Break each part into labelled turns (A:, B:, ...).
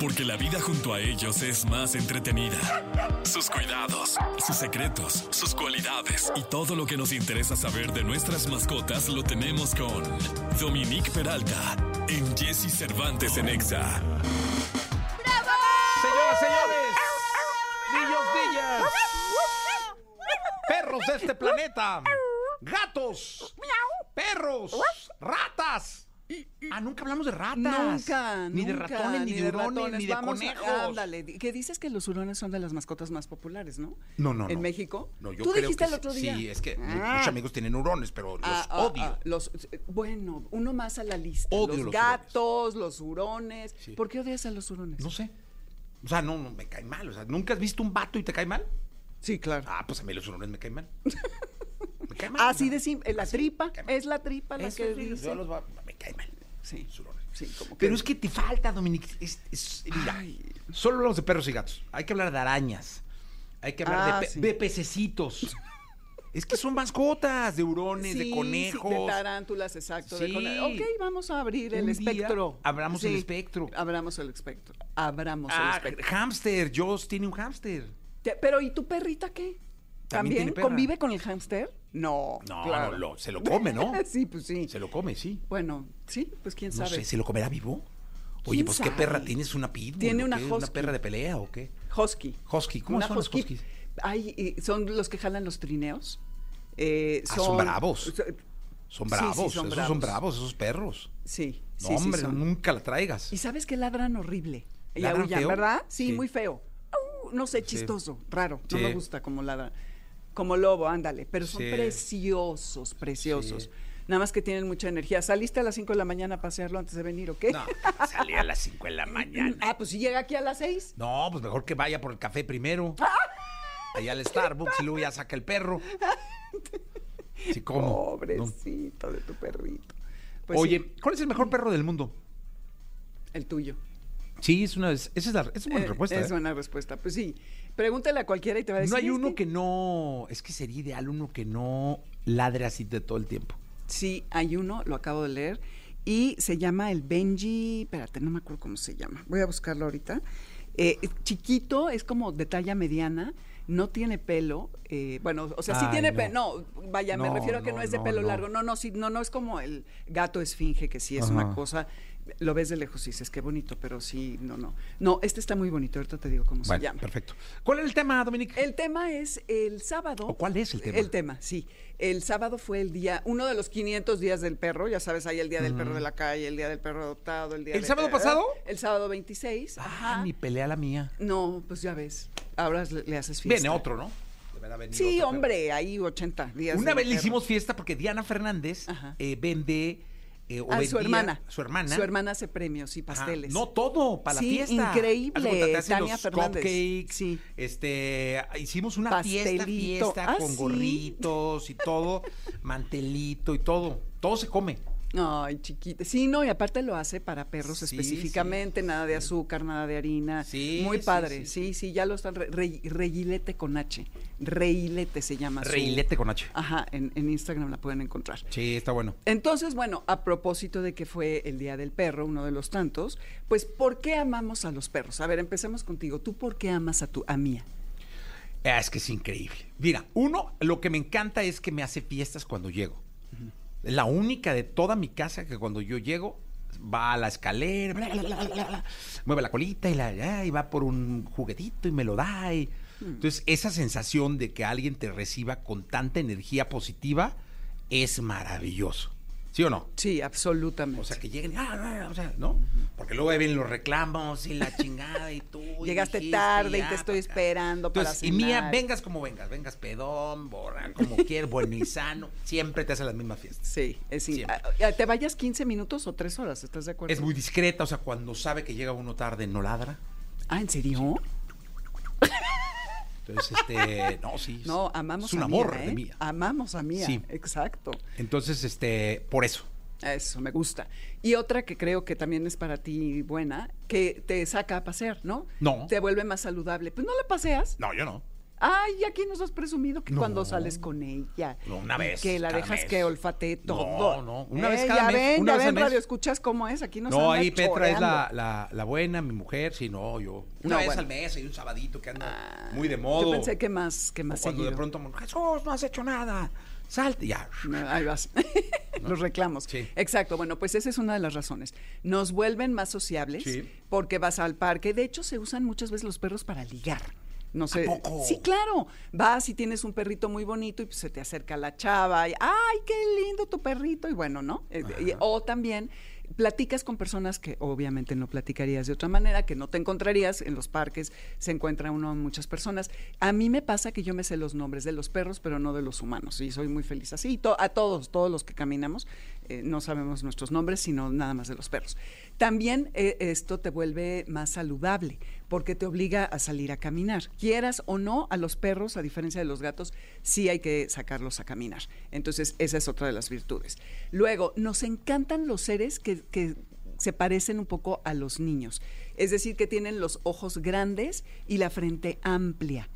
A: porque la vida junto a ellos es más entretenida. Sus cuidados, sus secretos, sus cualidades y todo lo que nos interesa saber de nuestras mascotas lo tenemos con Dominique Peralta en Jesse Cervantes en Exa.
B: Señoras, señores, niños, niñas, perros de este planeta, gatos, perros, ratas. Ah, nunca hablamos de ratas.
C: Nunca,
B: Ni de
C: nunca,
B: ratones, ni de hurones,
C: ratones.
B: ni de
C: Vamos,
B: conejos.
C: Ándale, di- que dices que los hurones son de las mascotas más populares, ¿no?
B: No, no,
C: ¿En
B: no.
C: México?
B: No, yo
C: Tú
B: creo
C: dijiste
B: que
C: el otro
B: sí.
C: día.
B: Sí, es que mu-
C: Ah.
B: muchos amigos tienen hurones, pero los
C: Ah, ah,
B: odio.
C: ah, los, eh, bueno, uno más a la lista.
B: Odio
C: los,
B: los
C: gatos, los hurones. ¿Por qué odias a los hurones?
B: No sé. O sea, no, no, me cae mal. O sea, ¿nunca has visto un vato y te cae mal?
C: Sí, claro.
B: Ah, pues a mí los hurones me caen mal. Me cae mal.
C: Así
B: o sea,
C: de simple. La
B: así,
C: tripa,
B: me cae mal.
C: es la tripa la
B: Eso
C: que
B: sí,
C: dice.
B: yo los va- me cae mal.
C: Sí,
B: los hurones.
C: sí, como que.
B: Pero es que te falta, Dominique. Es- es- mira, solo hablamos de perros y gatos. Hay que hablar de arañas. Hay que hablar
C: Ah,
B: de, pe-
C: sí.
B: de pececitos. es que son mascotas, de hurones,
C: Sí,
B: de
C: sí,
B: conejos.
C: de tarántulas, exacto. de
B: Sí.
C: cone- Ok, vamos a abrir el
B: Un día
C: espectro.
B: abramos el espectro.
C: Abramos el espectro. Abramos el
B: Ah,
C: espectro.
B: hámster. Joss tiene un hámster.
C: Te- Pero ¿y tu perrita qué? ¿También,
B: También tiene perra.
C: convive con el hámster? No.
B: No,
C: claro.
B: no, lo- se lo come, ¿no?
C: sí, pues sí.
B: Se lo come, sí.
C: Bueno, sí, pues quién
B: No
C: sabe.
B: sé, ¿se lo comerá vivo? Oye,
C: ¿Quién
B: pues
C: sabe?
B: qué perra tienes una pitbull.
C: Tiene
B: o
C: una
B: qué?
C: husky.
B: perra de pelea o qué?
C: Husky.
B: Husky, ¿cómo
C: Una
B: son los
C: husky.
B: huskies?
C: Ay, y son los que jalan los trineos. Eh,
B: Ah, son bravos.
C: so-
B: Son
C: Sí, sí,
B: bravos,
C: son
B: esos
C: bravos.
B: son bravos, esos perros.
C: Sí,
B: No,
C: sí, sí
B: hombre,
C: son.
B: nunca la traigas.
C: Y sabes que ladran horrible. Y
B: ¿Ladran
C: aullan,
B: feo?
C: ¿verdad? Sí,
B: Sí.
C: muy feo. Au, no sé, chistoso, raro. No
B: Sí.
C: me gusta como ladran. Como lobo, ándale. Pero son
B: Sí.
C: preciosos, preciosos. Nada más que tienen mucha energía. ¿Saliste a las 5 de la mañana a pasearlo antes de venir o qué?
B: No, salí a las 5 de la mañana.
C: Ah, pues si llega aquí a las 6.
B: No, pues mejor que vaya por el café primero.
C: Ah.
B: Allá al Starbucks y luego ya saca el perro. Sí, ¿cómo? No.
C: Pobrecito de tu perrito. Pues
B: Oye,
C: sí,
B: ¿cuál es el mejor perro del mundo?
C: el tuyo.
B: Sí, es una, esa es, la, es una buena
C: Eh,
B: respuesta.
C: Es
B: ¿eh?
C: buena respuesta. Pues sí. Pregúntale a cualquiera y te va a decir.
B: No hay
C: "Es
B: uno que no. Es que sería ideal uno que no ladre así de todo el tiempo.
C: Sí, hay uno, lo acabo de leer, y se llama el Benji, espérate, no me acuerdo cómo se llama, voy a buscarlo ahorita. Eh, es chiquito, es como de talla mediana, no tiene pelo, eh, bueno, o sea, sí
B: Ay,
C: tiene
B: no.
C: pelo, no, vaya, me
B: No,
C: refiero a que no,
B: no,
C: es de
B: no,
C: pelo
B: no.
C: largo, no, no, sí, no, no es como el gato esfinge, que sí es una
B: Ajá.
C: cosa, lo ves de lejos y dices, qué bonito, pero sí, no, no. No, este está muy bonito, ahorita te digo cómo se
B: Bueno,
C: llama.
B: perfecto. ¿Cuál es el tema, Dominique?
C: El tema es el sábado.
B: ¿O cuál es el tema?
C: El tema, sí. El sábado fue el día, uno de los 500 días del perro, ya sabes, hay el día del perro de la calle, el día del perro adoptado, el día
B: ¿El
C: del-
B: sábado pasado?
C: El sábado 26.
B: Ah,
C: ajá.
B: ni pelea la mía.
C: No, pues ya ves. Ahora le, le haces fiesta.
B: Viene otro, ¿no? Deberá venir
C: Sí,
B: otro, pero-
C: hombre, ahí 80 días.
B: Una
C: del
B: vez le
C: perro.
B: hicimos fiesta porque Diana Fernández
C: Ajá.
B: eh, vende eh, o
C: a su
B: vendía-
C: hermana.
B: su hermana.
C: Su hermana hace premios y
B: Ajá,
C: pasteles.
B: No todo para
C: Sí,
B: la fiesta.
C: increíble,
B: Haz de cuenta, te hacen
C: Tania
B: los
C: Fernández.
B: Cupcakes,
C: Sí.
B: Este, hicimos una fiesta,
C: Pastelito.
B: fiesta
C: Ah,
B: con
C: sí.
B: gorritos y todo, mantelito y todo. Todo se come.
C: Ay, chiquita. Sí, no, y aparte lo hace para perros
B: Sí,
C: específicamente,
B: sí,
C: nada de
B: sí.
C: azúcar, nada de harina.
B: Sí,
C: Muy
B: sí,
C: padre. Sí,
B: sí,
C: sí, ya lo están. re- re- reguilete con H. Reilete se llama. su-
B: Reilete con H.
C: Ajá, en, en Instagram la pueden encontrar.
B: Sí, está bueno.
C: Entonces, bueno, a propósito de que fue el Día del Perro, uno de los tantos, pues, ¿por qué amamos a los perros? A ver, empecemos contigo. ¿Tú por qué amas a tu a Mía?
B: Ah, Es que es increíble. Mira, uno, lo que me encanta es que me hace fiestas cuando llego. La única de toda mi casa que cuando yo llego va a la escalera, bla, bla, bla, bla, bla, bla, mueve la colita y, la- ya, y va por un juguetito y me lo da. y-
C: Hmm.
B: Entonces, esa sensación de que alguien te reciba con tanta energía positiva es maravilloso. ¿Sí o no?
C: Sí, absolutamente.
B: O sea, que lleguen, ah, ah, ah, o sea, ¿no? Porque luego ahí vienen los reclamos y la chingada y tú. y
C: Llegaste
B: dijiste,
C: tarde y
B: ah,
C: te estoy
B: acá.
C: esperando
B: Entonces,
C: para
B: y mía,
C: cenar.
B: vengas como vengas, vengas pedón, borra, como quieras, bueno y sano, siempre te hace las mismas fiestas.
C: Sí, es sí.
B: Siempre.
C: Ah, ah, Te vayas 15 minutos o 3 horas, ¿estás de acuerdo?
B: Es muy discreta, o sea, cuando sabe que llega uno tarde no ladra.
C: Ah, ¿en serio?
B: Entonces, este, no, sí. es-
C: No, amamos
B: Es un
C: a Mía,
B: amor
C: ¿eh?
B: de mía.
C: Amamos a Mía,
B: Sí.
C: exacto.
B: Entonces, este, por eso.
C: Eso, me gusta. Y otra que creo que también es para ti buena, que te saca a pasear, ¿no?
B: No.
C: Te vuelve más saludable. Pues no la paseas.
B: No, yo no.
C: Ay, aquí nos has presumido que
B: No.
C: cuando sales con ella.
B: No, una
C: y
B: vez,
C: Que la
B: cada
C: dejas
B: mes.
C: que olfatee
B: No,
C: todo.
B: no, una vez
C: Eh,
B: cada
C: ya
B: mes,
C: Ven,
B: una
C: ya
B: vez al
C: ven,
B: mes.
C: radio, escuchas cómo es. Aquí nos
B: No,
C: anda
B: ahí Petra es la,
C: choreando.
B: la, la buena, mi mujer, si no, yo. Una
C: No,
B: vez
C: bueno. Ah,
B: al mes hay un sabadito que anda muy de modo.
C: Yo pensé que más, que
B: O
C: más
B: cuando de
C: seguido.
B: pronto, Jesús, no has hecho nada. Salte, ya.
C: No, Ahí vas. Los reclamos.
B: Sí.
C: Exacto. Bueno, pues esa es una de las razones. Nos vuelven más sociables
B: Sí.
C: porque vas al parque. De hecho, se usan muchas veces los perros para ligar. No sé.
B: poco?
C: Sí, claro. Vas y tienes un perrito muy bonito y pues, se te acerca la chava. y, Ay, qué lindo tu perrito. Y bueno, ¿no? Eh, y- o también platicas con personas que obviamente no platicarías de otra manera, que no te encontrarías en los parques, se encuentra uno a muchas personas. A mí me pasa que yo me sé los nombres de los perros, pero no de los humanos, y soy muy feliz así. Y to- a todos, todos los que caminamos, eh, no sabemos nuestros nombres, sino nada más de los perros. También eh, esto te vuelve más saludable, porque te obliga a salir a caminar. Quieras o no, a los perros, a diferencia de los gatos, sí hay que sacarlos a caminar. Entonces, esa es otra de las virtudes. Luego, nos encantan los seres que, que se parecen un poco a los niños, es decir, que tienen los ojos grandes y la frente amplia.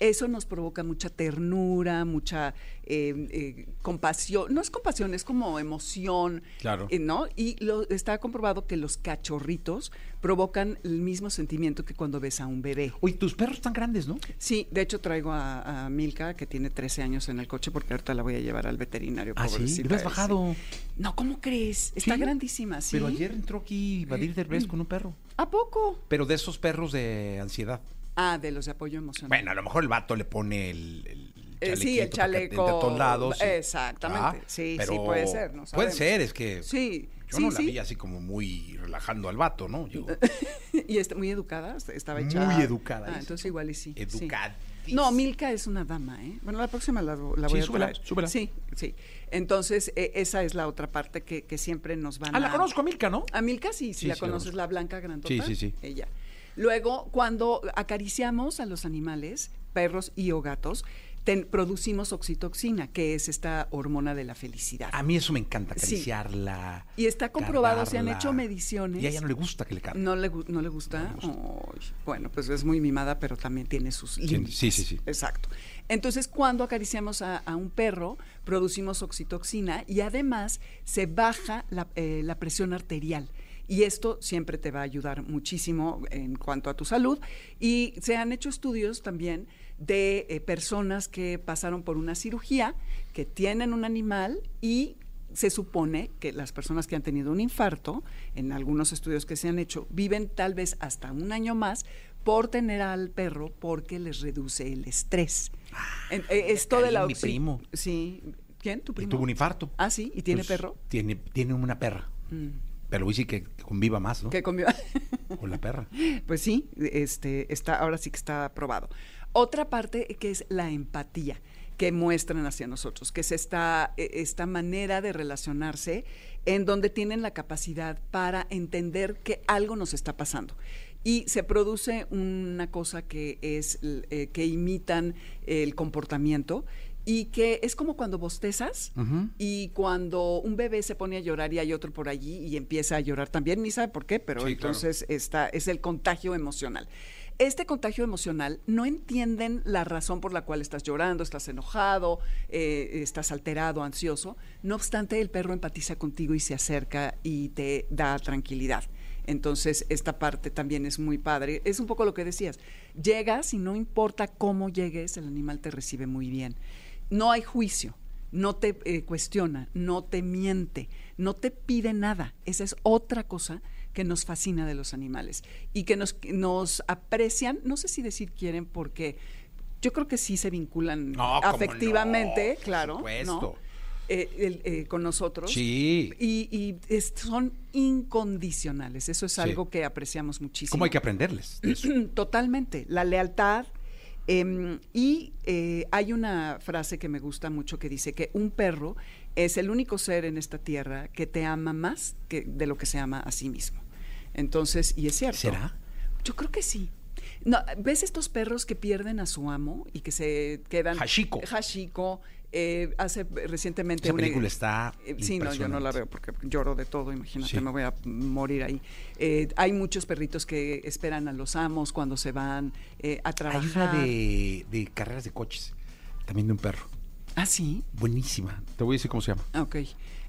C: Eso nos provoca mucha ternura, mucha eh, eh, compasión. No es compasión, es como emoción.
B: Claro.
C: eh, ¿no? Y lo, está comprobado que los cachorritos provocan el mismo sentimiento que cuando ves a un bebé.
B: Oye, tus perros están grandes, ¿no?
C: Sí, de hecho traigo a, a Milka, que tiene 13 años en el coche, porque ahorita la voy a llevar al veterinario.
B: Ah, sí,
C: pobrecita,
B: lo has bajado.
C: No, ¿cómo crees? Está
B: Sí,
C: grandísima, sí. Mm.
B: Pero ayer entró aquí Badir Derbez con un perro.
C: ¿A poco?
B: Pero de esos perros de ansiedad.
C: Ah, de los de apoyo emocional.
B: Bueno, a lo mejor el vato le pone el, el
C: Eh, sí, el
B: chalequito para que te-
C: chaleco.
B: De todos lados. y- ah,
C: Exactamente. Sí, sí,
B: Pero
C: puede ser, no
B: puede
C: sabemos.
B: ser, es que.
C: Sí,
B: Yo
C: sí,
B: no la
C: sí.
B: vi así como muy relajando al vato, ¿no? Yo,
C: y está muy educada, est- estaba
B: Muy
C: hecha.
B: educada,
C: Ah,
B: dice.
C: entonces igual y sí. sí.
B: Educadísima.
C: No, Milka es una dama, ¿eh? Bueno, la próxima la, vo- la
B: Sí,
C: voy a
B: súbela,
C: traer.
B: súbela.
C: Sí, sí. Entonces, eh, esa es la otra parte que, que siempre nos van
B: ah,
C: a.
B: la conozco, a Milka, ¿no?
C: A Milka sí, si
B: Sí,
C: la
B: sí, la
C: conoces,
B: conozco.
C: la blanca grandota.
B: Sí, sí, sí.
C: Ella. Luego, cuando acariciamos a los animales, perros y o gatos, ten- producimos oxitoxina, que es esta hormona de la felicidad.
B: A mí eso me encanta,
C: Sí.
B: acariciarla.
C: Y está comprobado, se han
B: cargarla.
C: hecho mediciones.
B: Y a ella no le gusta que le carguen.
C: No le, gu- no le gusta. Ay, bueno, pues es muy mimada, pero también tiene sus límites.
B: sí, sí, sí.
C: Exacto. Entonces, cuando acariciamos a, a un perro, producimos oxitoxina y además se baja la, eh, la presión arterial. Y esto siempre te va a ayudar muchísimo en cuanto a tu salud. Y se han hecho estudios también de eh, personas que pasaron por una cirugía, que tienen un animal y se supone que las personas que han tenido un infarto, en algunos estudios que se han hecho, viven tal vez hasta un año más por tener al perro porque les reduce el estrés. En- eh, esto de la
B: Karim, Ah, mi
C: sí,
B: primo.
C: Sí. ¿Quién? ¿Tu
B: Y
C: primo?
B: tuvo un infarto.
C: Ah, sí. ¿Y tiene
B: Pues,
C: perro? Mm.
B: Tiene, tiene una perra. Pero hoy sí que conviva más, ¿no?
C: Que comió.
B: Con la perra.
C: Pues sí, este, está, ahora sí que está probado. Otra parte que es la empatía que muestran hacia nosotros, que es esta, eh, esta manera de relacionarse en donde tienen la capacidad para entender que algo nos está pasando. Y se produce una cosa que es l- eh, que imitan el comportamiento y que es como cuando bostezas
B: Ujú.
C: y cuando un bebé se pone a llorar y hay otro por allí y empieza a llorar también, ni sabe por qué, pero
B: Sí, claro.
C: entonces está, es el contagio emocional. Este contagio emocional no entienden la razón por la cual estás llorando, estás enojado, eh, estás alterado, ansioso. No obstante, el perro empatiza contigo y se acerca y te da tranquilidad. Entonces, esta parte también es muy padre. Es un poco lo que decías. Llegas y no importa cómo llegues, el animal te recibe muy bien. No hay juicio no te eh, cuestiona, no te miente, no te pide nada. Esa es otra cosa que nos fascina de los animales y que nos, nos aprecian, no sé si decir quieren porque yo creo que sí se vinculan
B: No, cómo no,
C: afectivamente,
B: por
C: claro,
B: supuesto.
C: ¿no? Eh, el- eh, con nosotros.
B: Sí.
C: Y, y es- son incondicionales, eso es
B: Sí.
C: algo que apreciamos muchísimo.
B: ¿Cómo hay que aprenderles? de eso?
C: Totalmente, la lealtad. em, y eh, hay una frase que me gusta mucho que dice que un perro es el único ser en esta tierra que te ama más que de lo que se ama a sí mismo. Entonces, y es cierto.
B: ¿Será?
C: Yo creo que sí. No, ¿Ves estos perros que pierden a su amo y que se quedan...
B: Hashiko.
C: Hashiko, eh, hace recientemente...
B: Esa película está
C: eh, Sí, no, yo no la
B: impresionante.
C: veo porque lloro de todo, imagínate,
B: Sí.
C: me voy a morir ahí. Eh, hay muchos perritos que esperan a los amos cuando se van eh, a
B: Hay una
C: trabajar.
B: de, de carreras de coches, también de un perro.
C: Ah, sí. Ah,
B: Buenísima. Te voy a decir cómo se llama.
C: Ok.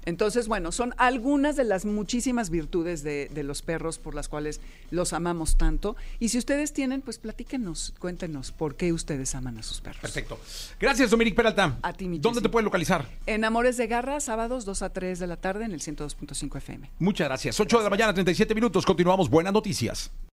C: Entonces, bueno, son algunas de las muchísimas virtudes de, de los perros por las cuales los amamos tanto. Y si ustedes tienen, pues platíquenos, cuéntenos por qué ustedes aman a sus perros.
B: Perfecto. Gracias, Dominique Peralta.
C: A ti, mi
B: ¿Dónde
C: Jessy.
B: te puedes localizar?
C: En Amores de Garra, sábados 2 a 3 de la tarde en el 102.5 FM.
B: Muchas gracias. 8 de la mañana, 37 minutos. Continuamos. Buenas noticias.